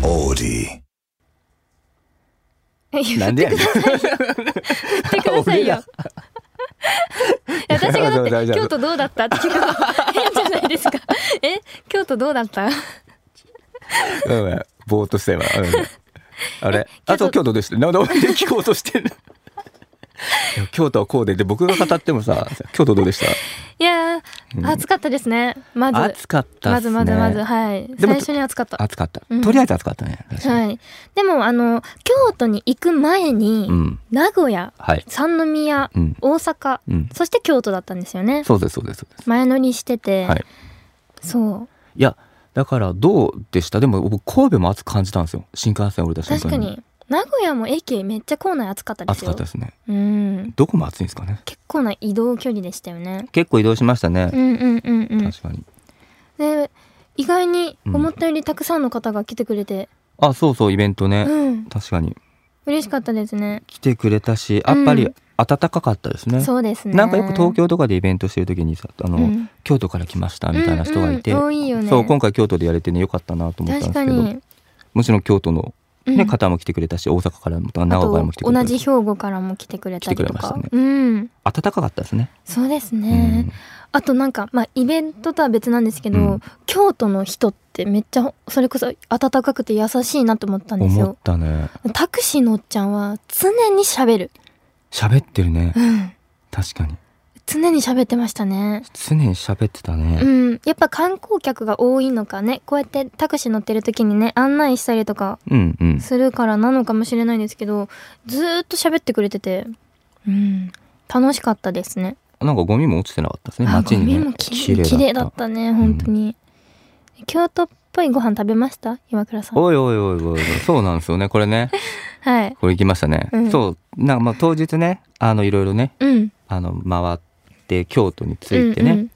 body. なん でやねん。言ってくださいよ。いや私がだっ大丈夫大て丈夫京都どうだったって聞くの変じゃないですか。え京都どうだったうん、ぼーっとしては。うんあれあと京都ですなんで俺に聞こうとし てるいや京都はこうでで僕が語ってもさ京都どうでしたいやー暑かったですね。まず暑かったまっすずねまずまずはい。でも最初に暑かった。暑かった、うんとりあえず暑かったね確かにはい。でもあの京都に行く前に、うん名古屋、はい三宮、うん大阪、うんそして京都だったんですよね。そうですそうですそうです前乗りしてて、はいそういやだからどうでしたでも僕神戸も暑く感じたんですよ新幹線降りた瞬確間かに名古屋も駅めっちゃ構内暑かったです暑よ。かったですねうん。どこも暑いんですかね結構な移動距離でしたよね。結構移動しましたうね、んうんうんうん。確かにで意外に思ったよりたくさんの方が来てくれて、あそうそうイベントね、うん、確かに嬉しかったですね。来てくれたしやっぱうりん暖かかったですね、そうですね。なんかよく東京とかでイベントしてる時にさあの、うん京都から来ましたみたいな人がいて、うんうん多いよねそう今回京都でやれてねよかったなと思ったん確かですけどに、もちろん京都の、うねん方も来てくれたし大阪からもああ名古屋とも来てくれ同たじし兵庫からも来てくれたりと来てくれましか、たねうん、暖かかったですね、そうですね。うんあとなんかまあイベントとは別なんですけど、うん京都の人ってめっちゃそれこそ温かくて優しいなと思ったんです思っよ。たねタクシーのおっちゃんは常に喋る。喋ってるねうん、確かに常に喋ってましたね。常に喋ってたね、うん、やっぱ観光客が多いのかねこうやってタクシー乗ってる時にね案内したりとかうん、うんするからなのかもしれないんですけどずーっと喋ってくれてて、うん、楽しかったですね。なんかゴミも落ちてなかったですねあ街にねゴミもきれい綺麗だったね本当に、京都っぽいご飯食べました岩倉さんおいおいおいおいおいそうなんですよねこれねはいこれ行きましたね、うんそうなんかまあ当日ねあのいろいろねうんあの回って京都に着いてね、うん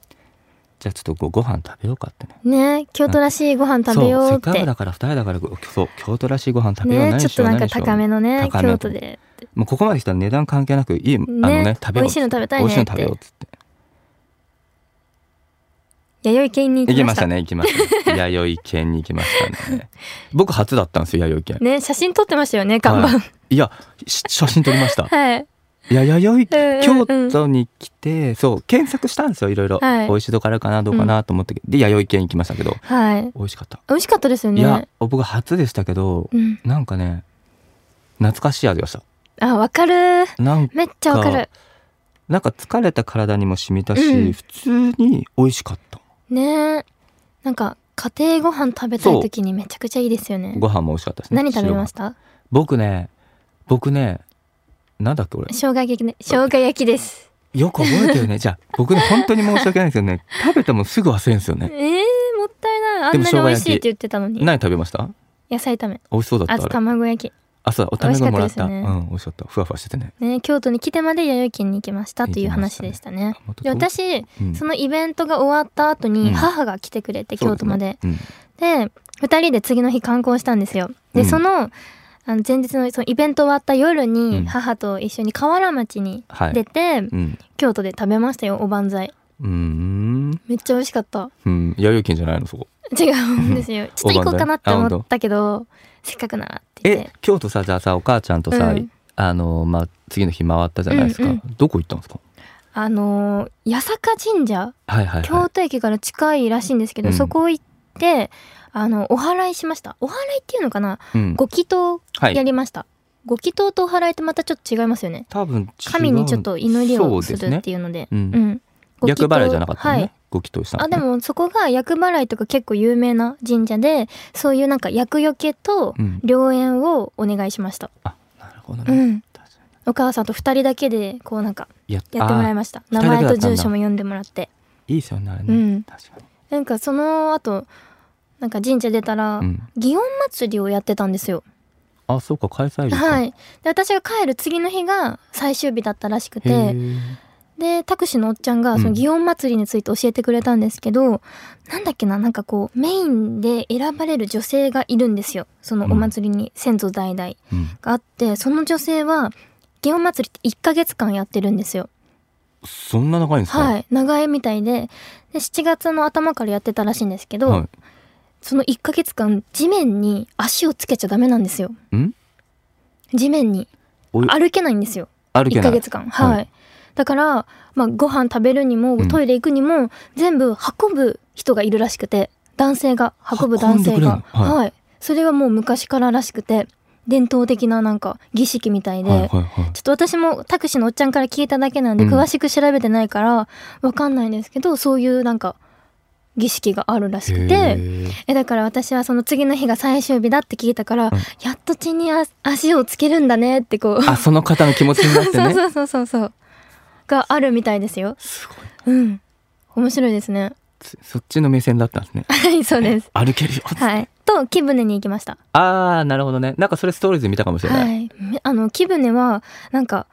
じゃあちょっとごご飯食べようかってねうんね京都らしいご飯食べようそうせっっかくてだから二人だからごそう京都らしいご飯食べよう、ね何ちょっしとようなんか何しよう高めのね高め京都でもうここまで来たら値段関係なくいい、あのね食べ美よう味しいの食べたいね美味しいの食べようっつって弥生県に行行ききままししたたねね行き ましたね弥生県に行きましたね僕初だったんですよ弥生県写真撮ってましたよね看は板い、いやし写真撮りました はいいや弥生うんうんうん京都に来てそう検索したんですよいろいろ、はい美味しいとこあるかなどうかなと思ったけど、で弥生県行きましたけどはい美味しかった、美味しかったですよいやね僕初でしたけどうんなんかね懐かしい味がしたあわかるなんめっちゃわかるなんか疲れた体にも染みたし、うん普通に美味しかったねなんか家庭ご飯食べたい時にめちゃくちゃいいですよねご飯も美味しかったし、ね、何食べまし白たご飯僕ね僕ねなんだっけ俺生姜焼きね生姜焼きですよく覚えて るねじゃあ僕ね本当に申し訳ないんですけどね食べてもすぐ忘れるんですよえねー、もったいないあでんもなに美生姜味焼きしいって言ってたのに何食べました野菜炒め美味しそうだったああとれ卵焼きあそうだお食べもらっ美味たしかったですよねうん美味しかったふわふわしててねね京都に来てまで弥生県に行きましたという行きま話したねでしたねまたで東私、うんそのイベントが終わった後うにん母が来てくれて、京都までそうすねで2人で次の日観光したんですよで、うんそのあの前日のそのイベント終わった夜うにん母と一緒に河原町にはい出て、うん京都で食べましたよおばんざいうんうんめっちゃ美味しかったうん弥生県じゃないのそこ違うんです よちょっと行こうかなって思ったけどせっかくならって言っえて京都さじゃあさお母ちゃんとさ、うんあのまあ次の日回ったじゃないですうか、んどこ行ったんですかあのー八坂神社はいはいは京い都駅から近いらしいんですけど、うんそこ行ってあのお祓いしましたお祓いっていうのかな、うんご祈祷はやいりました、ご祈祷とお祓いってまたちょっと違いますよね多分違うん神にちょっと祈りをすそうるですっねていうのでうんうんご祈逆祷払いじゃなかったのね、はいご祈祷したあのでねもそこが厄払いとか結構有名な神社でそういうなんか厄除けとうん良縁をお願いしました、あなるほどうね、ん、確かお母さんと2人だけでこうなんかにやっやってもらいましたあー名二人前だっとたんだ住所も読んでもらってあーいいですよねあれね、うん確かになんかその後なんか神社出たら、うん祇園祭りをやってたんですよあそうか開催日かはいで私が帰る次の日が最終日だったらしくへてーでタクシーのおっちゃんうがんその祇園祭りについて教えてくれたんですけど、なんだっけななんかこうメインで選ばれる女性がいるんですよそのお祭りに先祖代々うんがあってその女性は祇園祭りって1ヶ月間やってるんですよそんな長いんですかはい長いみたいでで7月の頭からやってたらしいんですけど、はいその1ヶ月間地面に足をつけちゃダメなんですよん地面におい歩けないんですよ歩1けなヶい月間はい、はだから、まあ、ご飯食べるにもんトイレ行くにも、全部運ぶ人がいるらしくて男性が運ぶ男性運んでくれがるのはいはい、それがもう昔かららしくて伝統的ななんか儀式みたいで、はいはいはいちょっと私もタクシーのおっちゃんから聞いただけなんでうん詳しく調べてないからわかんないんですけど、そういうなんか儀式があるらしくて へーえだから私はその次の日が最終日だって聞いたから、やっと血にあ足をつけるんだねってこうあその方の気持ちになってそうねそうそうそうそうがあるみたいですよすごいうん面白いですね そそっちの目線だったんですねはいそうです歩けるよ はいと木船に行きましたあーなるほどねなんかそれストーリーズ見たかもしれない、はいめあの木船はなんか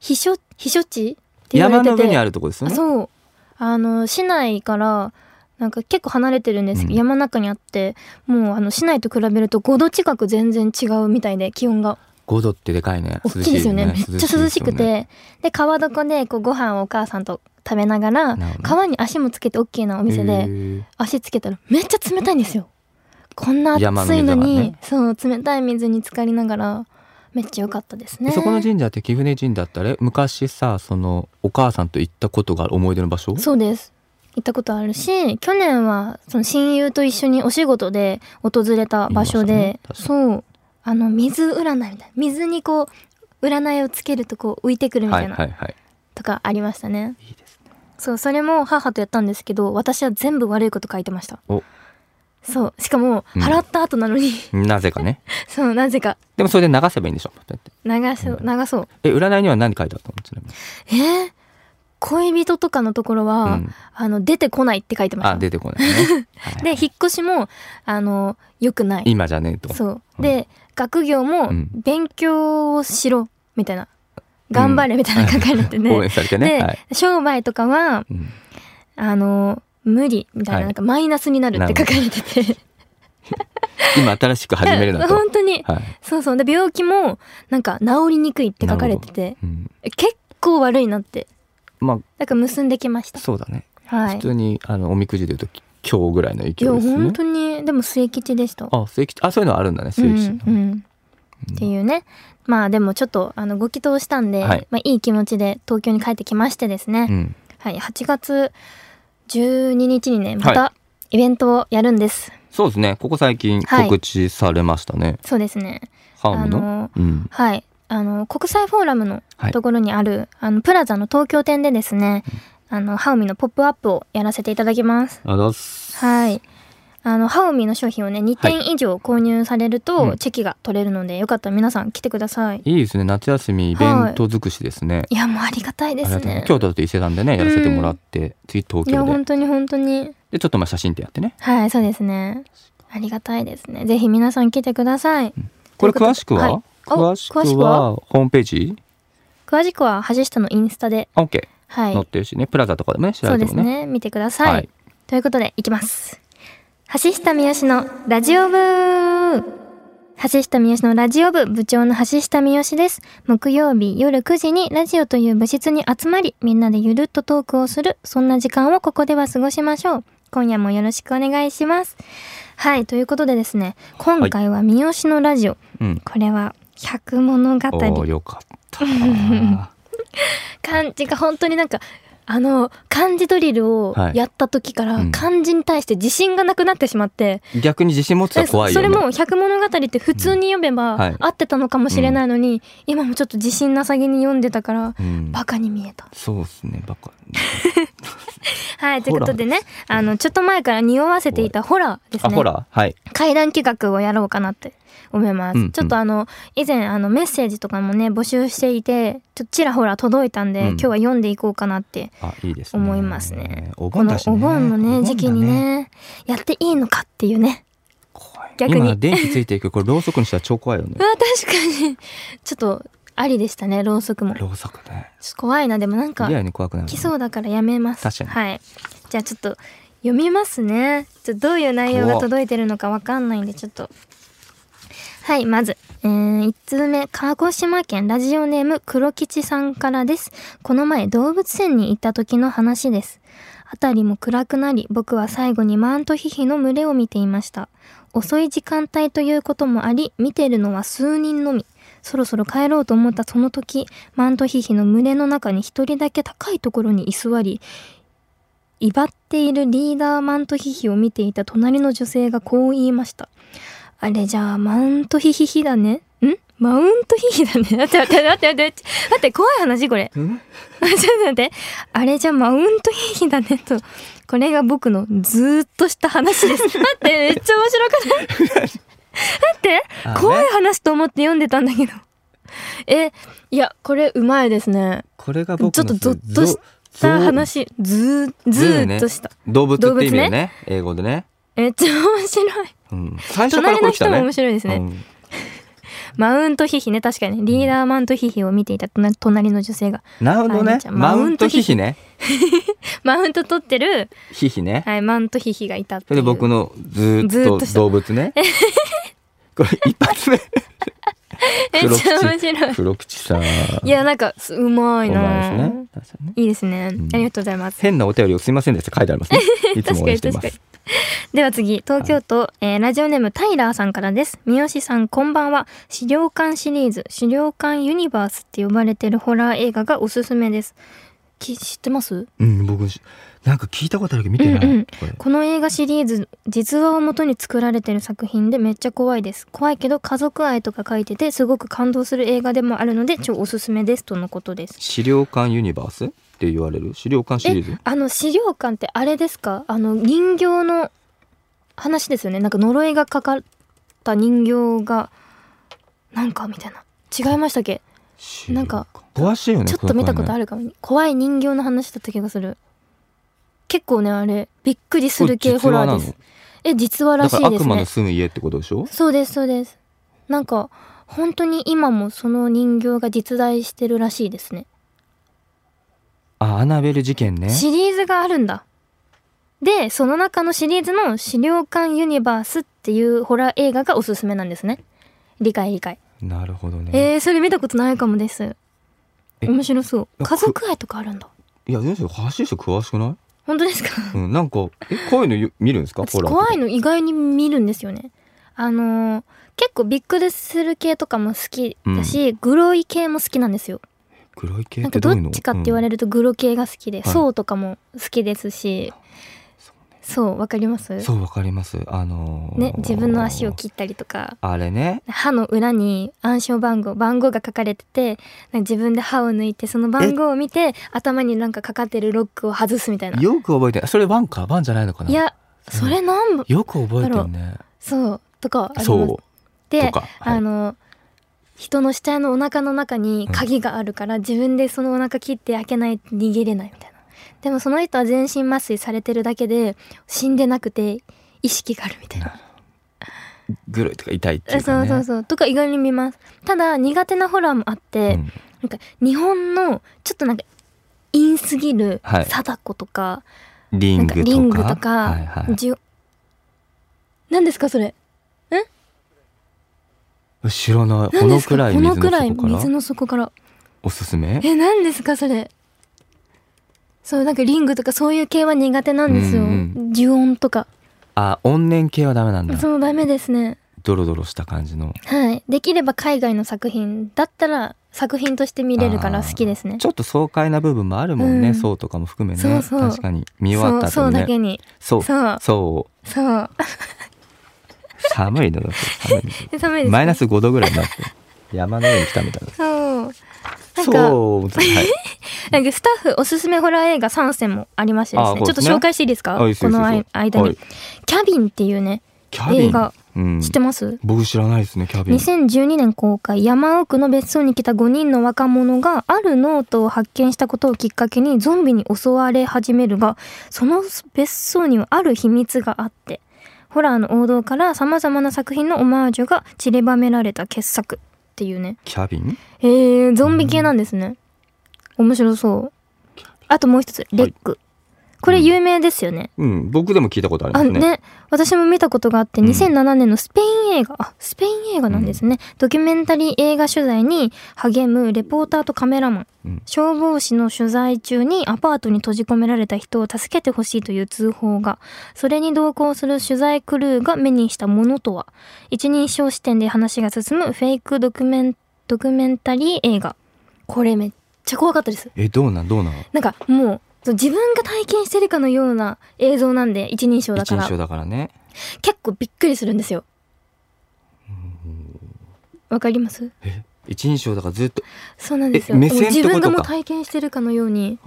避暑避暑地って言われ山てての上にあるとこですよあねそうあの市内からなんか結構離れてるんですけど、うん山の中にあってもうあの市内と比べると5度近く全然違うみたいで気温が5度ってでかいね大きいですよねめっちゃ涼しくて涼ですよねで川床でこうご飯をお母さんと食べながらなるほど川に足もつけて大きいなお店へでー足つけたらめっちゃ冷たいんですよこんな山の暑い水のだからにねそう冷たい水に浸かりながらめっちゃ良かったですねそこの神社って貴船神社ってあれ昔さそのお母さんと行ったことがある思い出の場所そうです行ったことあるし去年はその親友と一緒にお仕事で訪れた場所で、いい場所そうあの水占いみたいな水にこう占いをつけるとこう浮いてくるみたはいいな、はいはいとかありましたねいいです ねそうそれも母とやったんですけど私は全部悪いこと書いてましたおそうしかもうん払った後なのに、 なぜかねそうなぜかでもそれで流せばいいんでしょだって流そう流そうえ占いには何書いてあったのちなみにえー恋人とかのところは、うんあの出てこないって書いてましたあ出てこない ね、はいで引っ越しもあの良くない今じゃねえとそううんで学業もうん勉強をしろみたいな頑張れみたいな書かれてね、応援されてねで、はい、商売とかはうんあの無理みたいな,、はいなんかマイナスになるって書かれてて今新しく 始めるな と本当に、はい、そうそうで病気もなんか治りにくいって書かれててうん、結構悪いなってまだから結んできましたあそうだね、はい普通にあのおみくじで言うと今日ぐらいの勢いいやですね本当にでも末吉でしたあ末吉あそういうのあるんだね末吉、うんうんっていうねまあでもちょっとあのご祈祷したんで、はいいまあ、いい気持ちで東京に帰ってきましてですね、うんはい、8月12日にねまたはイベントをやるんです、そうですねここ最近はい告知されましたね、そうですねハーミの、あのうんはいあの国際フォーラムのはいところにある、あのプラザの東京店でですね、あのハウミのポップアップをやらせていただきますあざっすはい。あの、ハオミの商品をね、2点以上購入されると、うんチェキが取れるので、よかったら皆さん来てください。いいですね夏休みイベント尽くしですね、いや、もうありがたいでありすがとうございねます。京都だと伊勢丹でねやらせてもらって、次東いや、京で本当に本当に。でちょっとまあ写真展やってねはい、そうですね。ありがたいですね。ぜひ皆さん来てください。これということで詳しくは、はいお詳しく詳しくははホームページ詳しくは、橋下のインスタで、あ OK はい。載ってるしねプラザとかでもね調そうべでてすもね。ね見てください。はいということで、いきます。橋下三好のラジオ部橋下三好のラジオ部部長の橋下三好です。木曜日夜9時にラジオという部室に集まり、みんなでゆるっとトークをする、そんな時間をここでは過ごしましょう。今夜もよろしくお願いします。はい、ということでですね、今回は三好のラジオ。うんこれは、百物語。おーよかっ たな漢字が本当になんかあの漢字ドリルをはいやった時からうん漢字に対して自信がなくなってしまって、逆に自信持ってたら怖いそよれねも「百物語」って普通に読めうばんはい合ってたのかもしれないのに、今もちょっと自信なさげに読んでたからうんバカに見えた。そうですねバカはいということでねあのちょっと前から匂わせていたホラーですあねほらはい怪談企画をやろうかなって思います、うんうんちょっとあの以前あのメッセージとかもね募集していてちょっとちらほら届いたんで、うん今日は読んでいこうかなってあいいですね思いますね。おこ盆のだしおね盆のおね盆だ時期にねやっていいのかっていうね怖い逆に今電気ついてるけどこれろうそくにしたら超怖いよねうわ確かにちょっとありでしたねろうそくもちょろうそくねっと怖いなでもなんかリアルに怖くなる来そうだからやめます確かにはいじゃあちょっと読みますねちょっとどういう内容が届いてるのかわかんないんでちょっとはいまず、えー、1通目鹿児島県ラジオネーム黒吉さんからですこの前動物園に行った時の話です辺りも暗くなり、僕は最後にマントヒヒの群れを見ていました。遅い時間帯ということもあり、見てるのは数人のみ。そろそろ帰ろうと思ったその時、マントヒヒの群れの中に一人だけ高いところに居座り、威張っているリーダーマントヒヒを見ていた隣の女性がこう言いました。あれじゃあ、マウントヒヒヒだね。んマウントヒヒだね。 待って待って待って待って。待って、怖い話これ。ちょっと待って。あれじゃあ、マウントヒヒだねと。これが僕のずーっとした話です。待って、めっちゃ面白くない待ってあ、れ怖い話と思って読んでたんだけど。え、いや、これうまいですね。これがちょっ僕のとゾッとした話、ずー、ずーっとした。動物って意味動で物ねね英語でね、めっちゃ面白い。うん、最初か隣らこのれ来人たねも面白いですね。うんマウントヒヒね確かにリーダーマウントヒヒを見ていた隣隣の女性がなるほどあれねじゃあマウントヒヒねマウント取ってる、ヒヒねはい、マウントヒヒがいたっていうそれで僕のずずーーっっととした動物 ねこれ一発目めっちゃ面白い黒口さんいやなんかすうまいそうななんですね確かにねいいですね、んありがとうございます変なお便りをすいませんでした書いてあ りますねいつも応援してます確では次東京都、えーラジオネームタイラーさんからです三好さんこんばんは資料館シリーズ資料館ユニバースって呼ばれてるホラー映画がおすすめですき知ってますうん僕しなんか聞いたことあるけど見てない、うんうんこれこの映画シリーズ実話をもとに作られてる作品でめっちゃ怖いです怖いけど家族愛とか書いててすごく感動する映画でもあるので超おすすめですとのことです資料館ユニバースって言われる資料館シリーズあの資料館ってあれですかあの人形の話ですよねなんか呪いがかかった人形がなんかみたいな違いましたっけ資料なんか詳しいよねちょっと見たことあるるかも怖い人形の話だった気がする結構ねあれびっくりする系ホラーですえ実話らだしかいらで悪す魔ねの住む家ってことでしょそうですそうですなんか本当に今もその人形が実在してるらしいですねあアナベル事件ねシリーズがあるんだでその中のシリーズの「資料館ユニバース」っていうホラー映画がおすすめなんですね理解理解なるほどねえー、それ見たことないかもですえ面白そうや家族愛とかあるんだいや先生話して詳しくない本当ですかうんなんかえこういうのよ見るんですか私怖いのの意外に見るんですよねあのー結構びっくりする系とかも好きだし、グロい系も好きなんですよ黒い系なっんかてどどういうのっちかって言われるとグロ系が好きで、いそうとかも好きですし、そうわかりますうんそうわかりますあのーね自分の足を切ったりとかあれね歯の裏に暗証番号番号が書かれててなんか自分で歯を抜いてその番号を見て頭になんかかかってるロックを外すみたいなよく覚えてるそれワンかワンじゃないのかないやそれなんぼよく覚えてるねそうとかありますそうでとかはいあの人の死体のお腹の中に鍵があるから、自分でそのお腹切って開けないと逃げれないみたいなでもその人は全身麻酔されてるだけで死んでなくて意識があるみたいななグロいとか痛いっていえうかそうねそうそうとか意外に見ますただ苦手なホラーもあって、うんなんか日本のちょっとなんか陰すぎるはい貞子とか、リなんンかグとかリングとか、はいはいじゅ何ですかそれ後ろのこ何でのすくからいこ水ののく底からい水の底からおすすめえ何ですかそれそうなんかリングとかそういう系は苦手なんですよ、うん呪音とかあ怨念系はダメなんだそうダメですねドロドロした感じのはいできれば海外の作品だったら作品として見れるから好きですねちょっと爽快な部分もあるもんね、うんそうとかも含めねそうそう確かに見終わったそうそ後うにだけねにそうそうそうそう 寒いのよ寒 いのよで寒いですマイナス5度ぐらいになって山の上に来たみたいそうななんかそうはいなんかスタッフおすすめホラー映画3選もありましてですあねそうちょでっすとね紹介していいですかあいいですこよのいいですよ間に、はいキャビンっていうねキャビン映画うん、知ってます、僕知らないですねキャビン2012年公開山奥の別荘に来た5人の若者があるノートを発見したことをきっかけにゾンビに襲われ始めるがその別荘にはある秘密があってホラーの王道から様々な作品のオマージュが散りばめられた傑作っていうねキャビンえー、ゾンビ系なんですね面白そうあともう一つ「レック」これ有名ですよね。うん、僕でも聞いたことありまあすね。ね、私も見たことがあってうん2007年のスペイン映画、あスペイン映画なんですね、ドキュメンタリー映画取材に励むレポーターとカメラマン、うん消防士の取材中にアパートに閉じ込められた人を助けてほしいという通報がそれに同行する取材クルーが目にしたものとは一人称視点で話が進むフェイクドキュメンドキュメンタリー映画これめっちゃ怖かったですえ、どうなんどうなんなんかもうそう自分が体験してるかのような映像なんで一人称だ一か人ら称だからね。結構びっくりするんですよ。わかりますえ、一人称だからずっと、そうなんですよ。え目線もう自ってこ分とかがもう体験してるかのように、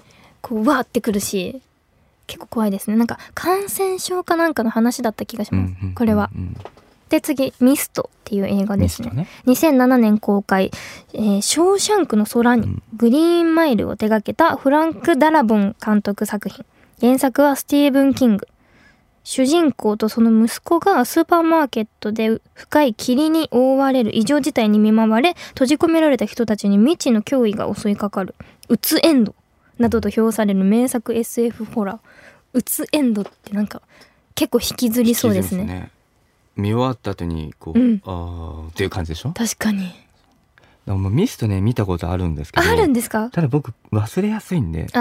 こう、わーってくるし、結構怖いですね。なんか、感染症かなんかの話だった気がしうんます。うんうんこれは。うんで、次、ミストっていう映画でミすスねト。ね。 2007年公開、えーショーシャンクの空にグリーンマイルを手掛けたフランク・ダラボン監督作品。原作はスティーブン・キング。主人公とその息子がスーパーマーケットで深い霧に覆われる異常事態に見舞われ、閉じ込められた人たちに未知の脅威が襲いかかる。うつエンドなどと評される名作 SF ホラー。うつエンドってなんか結構引きずりそうです引きずね。ります。見終わった後に、こう、うんあーっていう感じでしょ確かに。でももうミストね、見たことあるんですけあど。るんですかただ僕、忘れやすいんで、あ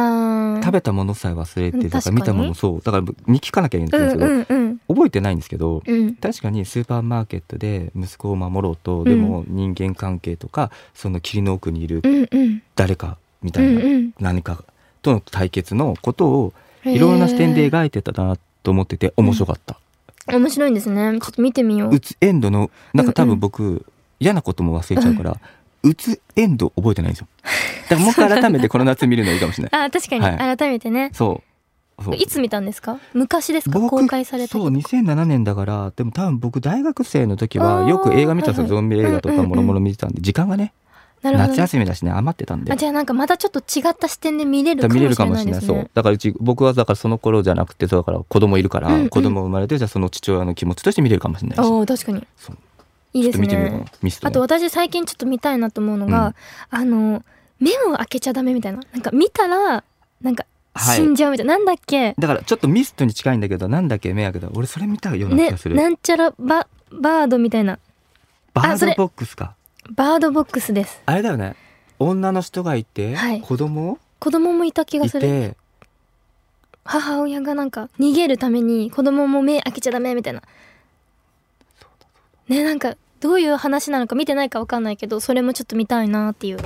ー食べたものさえ忘れてうんる、だから確かに見たものそう。だから見聞かなきゃいけないんですけど、うんうんうん覚えてないんですけど、うん確かにスーパーマーケットで息子を守ろうと、んでも人間関係とかその霧の奥にいるうんうん誰かみうたいんなうん何かとの対決のことをいろんな視点で描いてたなと思ってて面白かった。へー面白いんですねちょっと見てみよううつエンドのなんか多うんうん分僕嫌なことも忘れちゃうからうつエンド覚えてないんですよ。だからもう一回改めてこの夏見るのいいかもしれない。あ確かに、改はめてねそう。そういつ見たんですか昔ですか僕公開されたそう2007年だからでも多分僕大学生の時はあーよく映画見てたんですよ、はいはいゾンビ映画とうんうんかうんもろもろ見てたんで時間がねなるほど夏休みだしね余ってたんであじゃあなんかまたちょっと違った視点で見れるかもし見れるかれもなしいれでないすそうねだからうち僕はだからその頃じゃなくてそうだから子供いるから、うんうん子供生まれてじゃあその父親の気持ちとして見れるかもしれないしああ確かにそういいですちょっと見てみようかなねミストあねと私最近ちょっと見たいなと思うのが、あの目を開けちゃダメみたいななんか見たらなんかはい死んじゃうみたいな、なんだっけだからちょっとミストに近いんだけどなんだっけ迷惑だ俺それ見たような気ねがする、なんちゃらババードみたいなバあそーれドボックスかバードボックスですあれだよね女の人がいて、はい子供子供もいた気がいするて母親がなんか逃げるために子供も目開けちゃダメみたいなねなんかどういう話なのか見てないかわかんないけどそれもちょっと見たいなっていう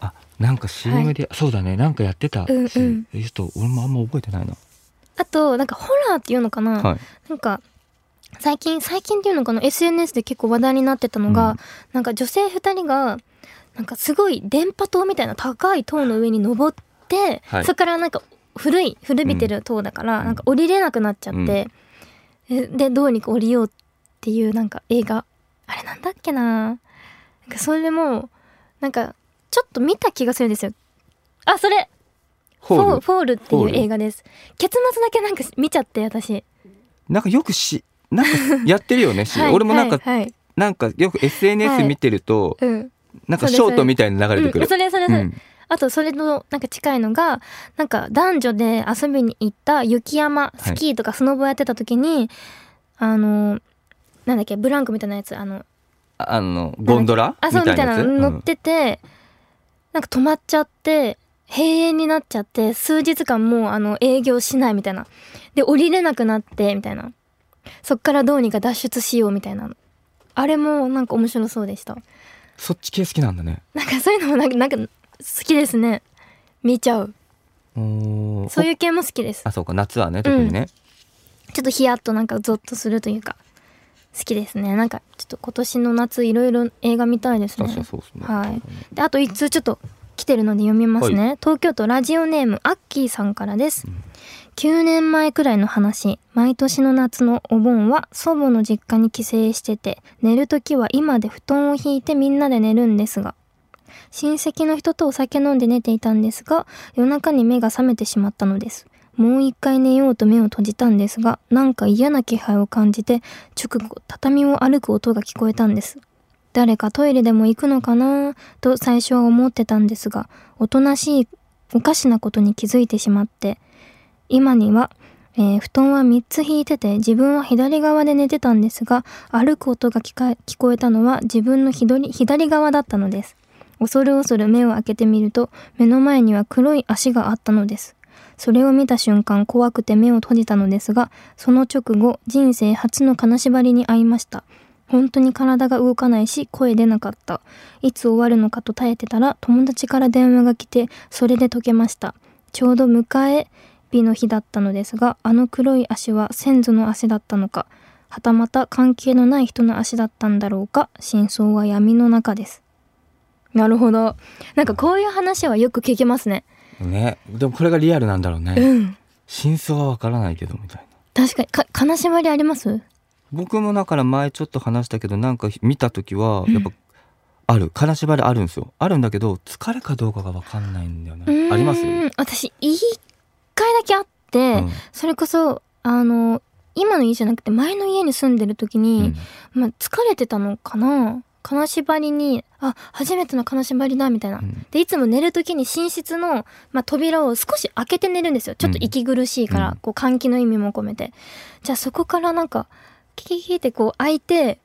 あなんか CM で、そうだねなんかやってた、うんうんしえちょっと俺もあんま覚えてないな、あとなんかホラーっていうのかな、はいなんか最近最近っていうのかな SNS で結構話題になってたのが、うんなんか女性2人がなんかすごい電波塔みたいな高い塔の上に登って、はいそこからなんか古い古びてる塔だから、んなんか降りれなくなっちゃって、えでどうにか降りようっていうなんか映画あれなんだっけななんかそれもなんかちょっと見た気がするんですよあそれホフォーールフォールっていフうォール映画です結末だけなんか見ちゃって私なんかよくしなんかやって るよね、しはい俺もなんか、はいはいなんかよく SNS 見てると、うんなんかショートみたいに流れてくうん、るそれそれそれ、うんあとそれのなんか近いのがなんか男女で遊びに行った雪山いスキーとかスノボやってた時に、あのなんだっけブランコみたいなやつあのあのゴンドラあそうみたいなやつの乗ってて、なんか止まっちゃって閉園になっちゃって数日間もうあの営業しないみたいなで降りれなくなってみたいなそっからどうにか脱出しようみたいなあれもなんか面白そうでしたそっち系好きなんだねなんかそういうのもなんかなんか好きですね見ちゃうおーそういう系も好きですあそうか夏はね特にね、ちょっとヒヤッとなんかゾッとするというか好きですねなんかちょっと今年の夏いろいろ映画見たいですね確かにそうですね、はいであと一通ちょっと来てるので読みますね、東京都ラジオネームアッキーさんからです、9年前くらいの話毎年の夏のお盆は祖母の実家に帰省してて寝る時は今で布団を引いてみんなで寝るんですが親戚の人とお酒飲んで寝ていたんですが夜中に目が覚めてしまったのですもう一回寝ようと目を閉じたんですがなんか嫌な気配を感じて直後畳を歩く音が聞こえたんです誰かトイレでも行くのかなと最初は思ってたんですがおとなしいおかしなことに気づいてしまって今には、えー布団は3つ引いてて自分は左側で寝てたんですが歩く音が聞か聞こえたのは自分の左左側だったのです恐る恐る目を開けてみると目の前には黒い足があったのですそれを見た瞬間怖くて目を閉じたのですがその直後人生初の金縛りに遭いました本当に体が動かないし声出なかったいつ終わるのかと耐えてたら友達から電話が来てそれで解けましたちょうど迎え日の日だったのですがあの黒い足は先祖の足だったのかはたまた関係のない人の足だったんだろうか真相は闇の中ですなるほどなんかこういう話はよく聞きますねねでもこれがリアルなんだろうね、うん真相はわからないけどみたいな確かにか金縛りあります僕もだから前ちょっと話したけどなんか見た時はやっぱある金縛りあるんですよあるんだけど疲れかどうかがわかんないんだよねありますうーん私一回だけあって、うんそれこそあの今の家じゃなくて前の家に住んでる時に、うんまあ、疲れてたのかな金縛りにあ初めての金縛りだみたいな、うんでいつも寝る時に寝室の、まあ、扉を少し開けて寝るんですよちょっとうん息苦しいから、うんこう換気の意味も込めてじゃあそこからなんかキキキってこう開いて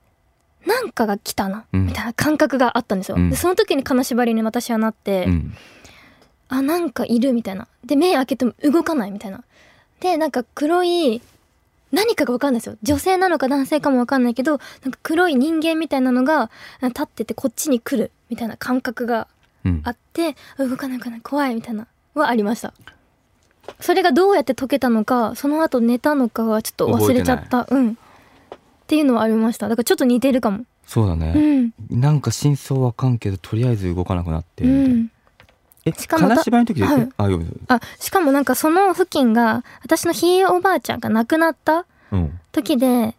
なんかが来たな、うんみたいな感覚があったんですよ、うんでその時に金縛りに私はなって、うんあなんかいるみたいなで目開けても動かないみたいなでなんか黒い何かが分かんないですよ女性なのか男性かも分かんないけどなんか黒い人間みたいなのが立っててこっちに来るみたいな感覚がうんあってあ動かない動かない怖いみたいなはありましたそれがどうやって解けたのかその後寝たのかはちょっと忘れちゃったうんっていうのはありましただからちょっと似てるかもそうだうね、んなんか真相わかんけどとりあえず動かなくなってうみたいなんえしかもた金縛りの時で、はいあごめんなさあしかもなんかその付近が私のひいおばあちゃんが亡くなったいうん時で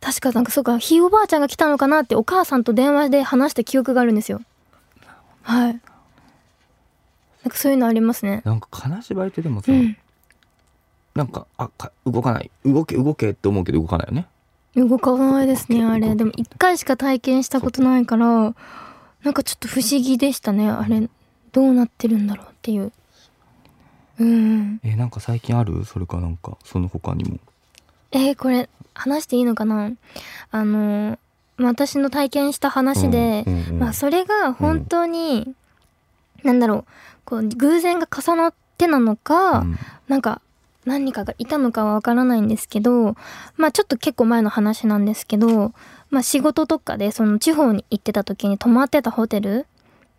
確かなんかそうかひいおばあちゃんが来たのかなってお母さんと電話で話した記憶があるんですよはいなんかそういうのありますねなんか金縛りってでもうさ、んなんかあか動かない動け動けって思うけど動かないよね動かないですねあれでも一回しか体験したことないからなんかちょっと不思議でしたねあれどうなってるんだろうっていううんえなんか最近あるそれかなんかその他にもえーこれ話していいのかなあのまあ私の体験した話で、うんうんうんまあ、それが本当に、なんだろうこう偶然が重なってなのか、うんなんか何かがいたのかはわからないんですけど、まあ、ちょっと結構前の話なんですけど、まあ、仕事とかでその地方に行ってた時に泊まってたホテル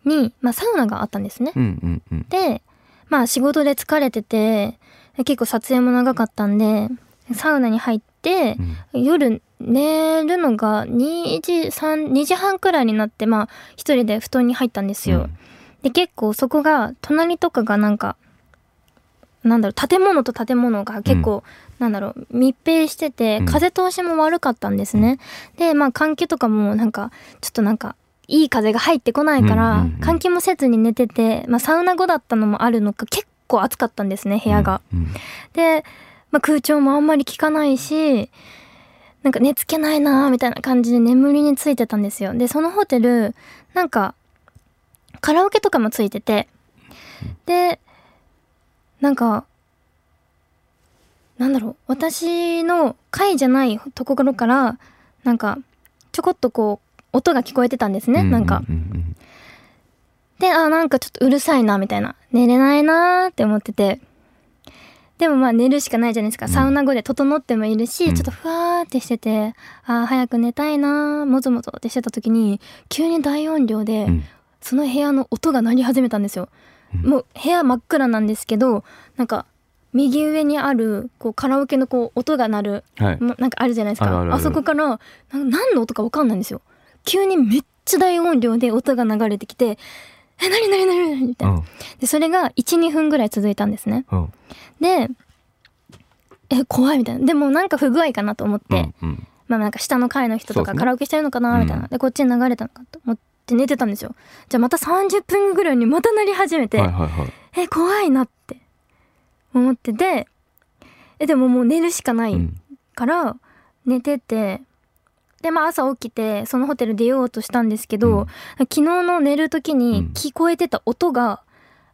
に、まあ、サウナがあったんですね。うんうんうんで、まあ仕事で疲れてて、結構撮影も長かったんで、サウナに入ってう、ん夜寝るのが2時、3、2時半くらいになって、まあ一人で布団に入ったんですよ。で、結構そこが、隣とかがなんか、なんだろう、建物と建物が結構、なんだろう、密閉しててう、ん風通しも悪かったんですね。で、まあ換気とかもなんか、ちょっとなんか、いい風が入ってこないから、うんうんうん換気もせずに寝てて、まあ、サウナ後だったのもあるのか結構暑かったんですね部屋が。、うんうんで、まあ、空調もあんまり効かないしなんか寝つけないなーみたいな感じで眠りについてたんですよ。でそのホテルなんかカラオケとかもついててでなんかなんだろう私の階じゃないところからなんかちょこっとこう音が聞こえてたんですね、なんか。ううんで、あ、なんかちょっとうるさいな、みたいな。寝れないなーって思ってて。でもまあ寝るしかないじゃないですか。うんサウナ後で整ってもいるし、うんちょっとふわーってしてて、あー早く寝たいなー、もぞもぞってしてた時に、急に大音量で、うんうんその部屋の音が鳴り始めたんですよ。うんもう部屋真っ暗なんですけど、なんか、右上にある、こう、カラオケのこう、音が鳴る、うんはいまなんかあるじゃないですかあるああるあるそこからなんか何の音か分かんないんですよ急にめっちゃ大音量で音が流れてきて「え何何何何?」みたいな、でそれが12分ぐらい続いたんですねうんうんでえ怖いみたいなでもなんか不具合かなと思って、うんうんまあなんか下の階の人とそうでかすねカラオケしてるのかなみたいな、うんでこっちに流れたのかと思って寝てたんですよじゃあまた30分ぐらいにまた鳴り始めて、はいはいはいえ怖いなって思ってでえでももう寝るしかない、うんから寝ててでまあ朝起きてそのホテル出ようとしたんですけど、うん昨日の寝る時うにん聞こえてた音が、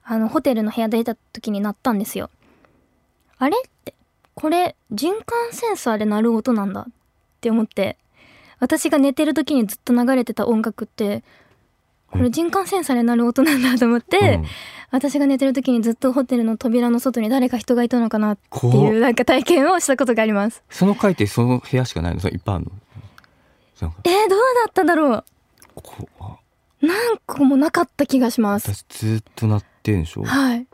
あのホテルの部屋出た時に鳴ったんですよ。あれって、これ、循環センサーで鳴る音なんだって思って、私が寝てる時にずっと流れてた音楽って、これ循環センサーで鳴る音なんだと思って、うん私が寝てる時にずっとホテルの扉の外に誰か人がいたのかなって怖いっうなんか体験をしたことがあります。その回ってその部屋しかないのそれいっぱいあるのなんかえー、どうだっただろこうあうなんかもうなかった気がします。私ずっと鳴ってんでしょ、はい。っ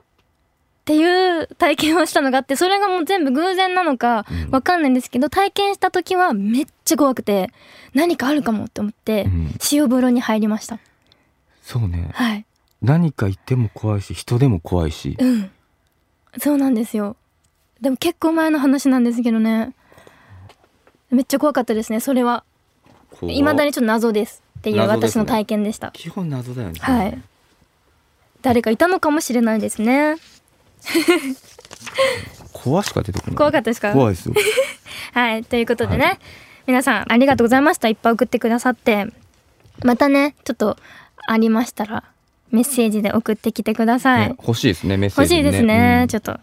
ていう体験をしたのがあって、それがもう全部偶然なのかうんわかんないんですけど、体験した時はめっちゃ怖くて、何かあるかもって思ってう、ん、塩風呂に入りました。そうねはい。何かいても怖いし人でも怖いしうん。そうなんですよ。でも結構前の話なんですけどね。めっちゃ怖かったですね、それは。怖いまだにちょっと謎ですっていう謎です私ねの体験でした。基本謎だよねはい誰かいたのかもしれないですね。怖しか出てこない怖かったですか怖いですよはい、ということでね、はい皆さんありがとうございました。いっぱい送ってくださって、またね、ちょっとありましたらメッセージで送ってきてください。ね欲しいですねメッセー欲ジ、しね、いですね、うんちょっと。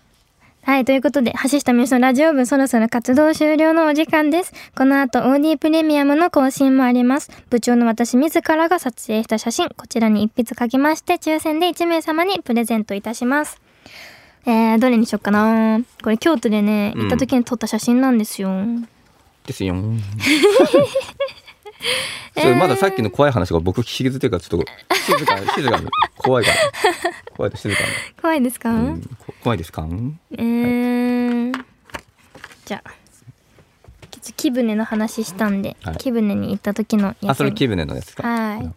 はい、ということで、橋下美由紀のラジオ部、そろそろ活動終了のお時間です。この後、OD プレミアムの更新もあります。部長の私自らが撮影した写真、こちらに一筆書きまして、抽選で1名様にプレゼントいたします。えー、どれにしよっかなこれ京都でね、行った時に撮った写真なんですよ。で すよそれまださっきの怖い話が僕聞きづてがちょっと 静かに静かに怖いから怖いと静か怖いですか、に、うん、こ怖いですかえーじゃあちょっと木船の話したんで、はい木船に行った時のあそれに木船のやつかはい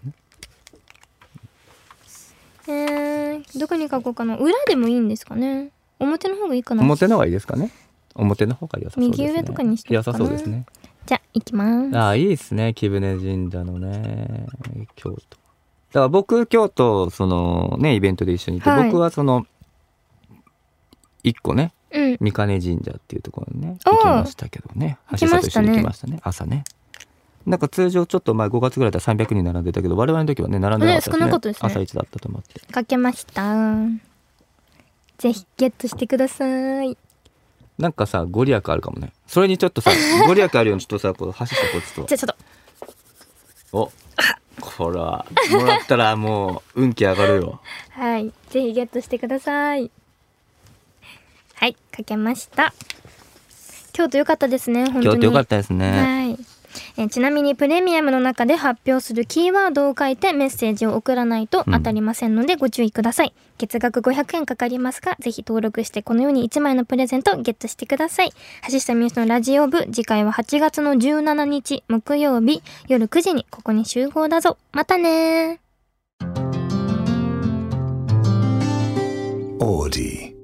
えー、どこに書こうかな裏でもいいんですかね表の方がいいかな表の方がいいですかね表の方が良さそうですね右上とかにしとくかな良さそうですねじゃあ行きますああいいですね貴船神社のね京都だから僕京都そのねイベントで一緒にいて、はい僕はその一個ねうん三金神社っていうところにねおー行きましたけどね行きましたね橋下と一緒に行きましたね朝ねなんか通常ちょっと前5月ぐらいだったら300人並んでたけど我々の時はね並んでなかったね少なかったですね朝一だったと思って書けましたぜひゲットしてくださいなんかさご利益あるかもねそれにちょっとさ ご利益あるようにちょっとさこう橋下こうちょっじゃあちょっととおこれはもらったらもう運気上がるよはいぜひゲットしてくださいはい書けました京都良かったですね 本当に京都良かったですね、はい。えーちなみにプレミアムの中で発表するキーワードを書いてメッセージを送らないと当たりませんのでご注意ください、月額500円かかりますがぜひ登録してこのように1枚のプレゼントをゲットしてください橋下美由紀のラジオ部次回は8月の17日木曜日夜9時にここに集合だぞまたねー Audi.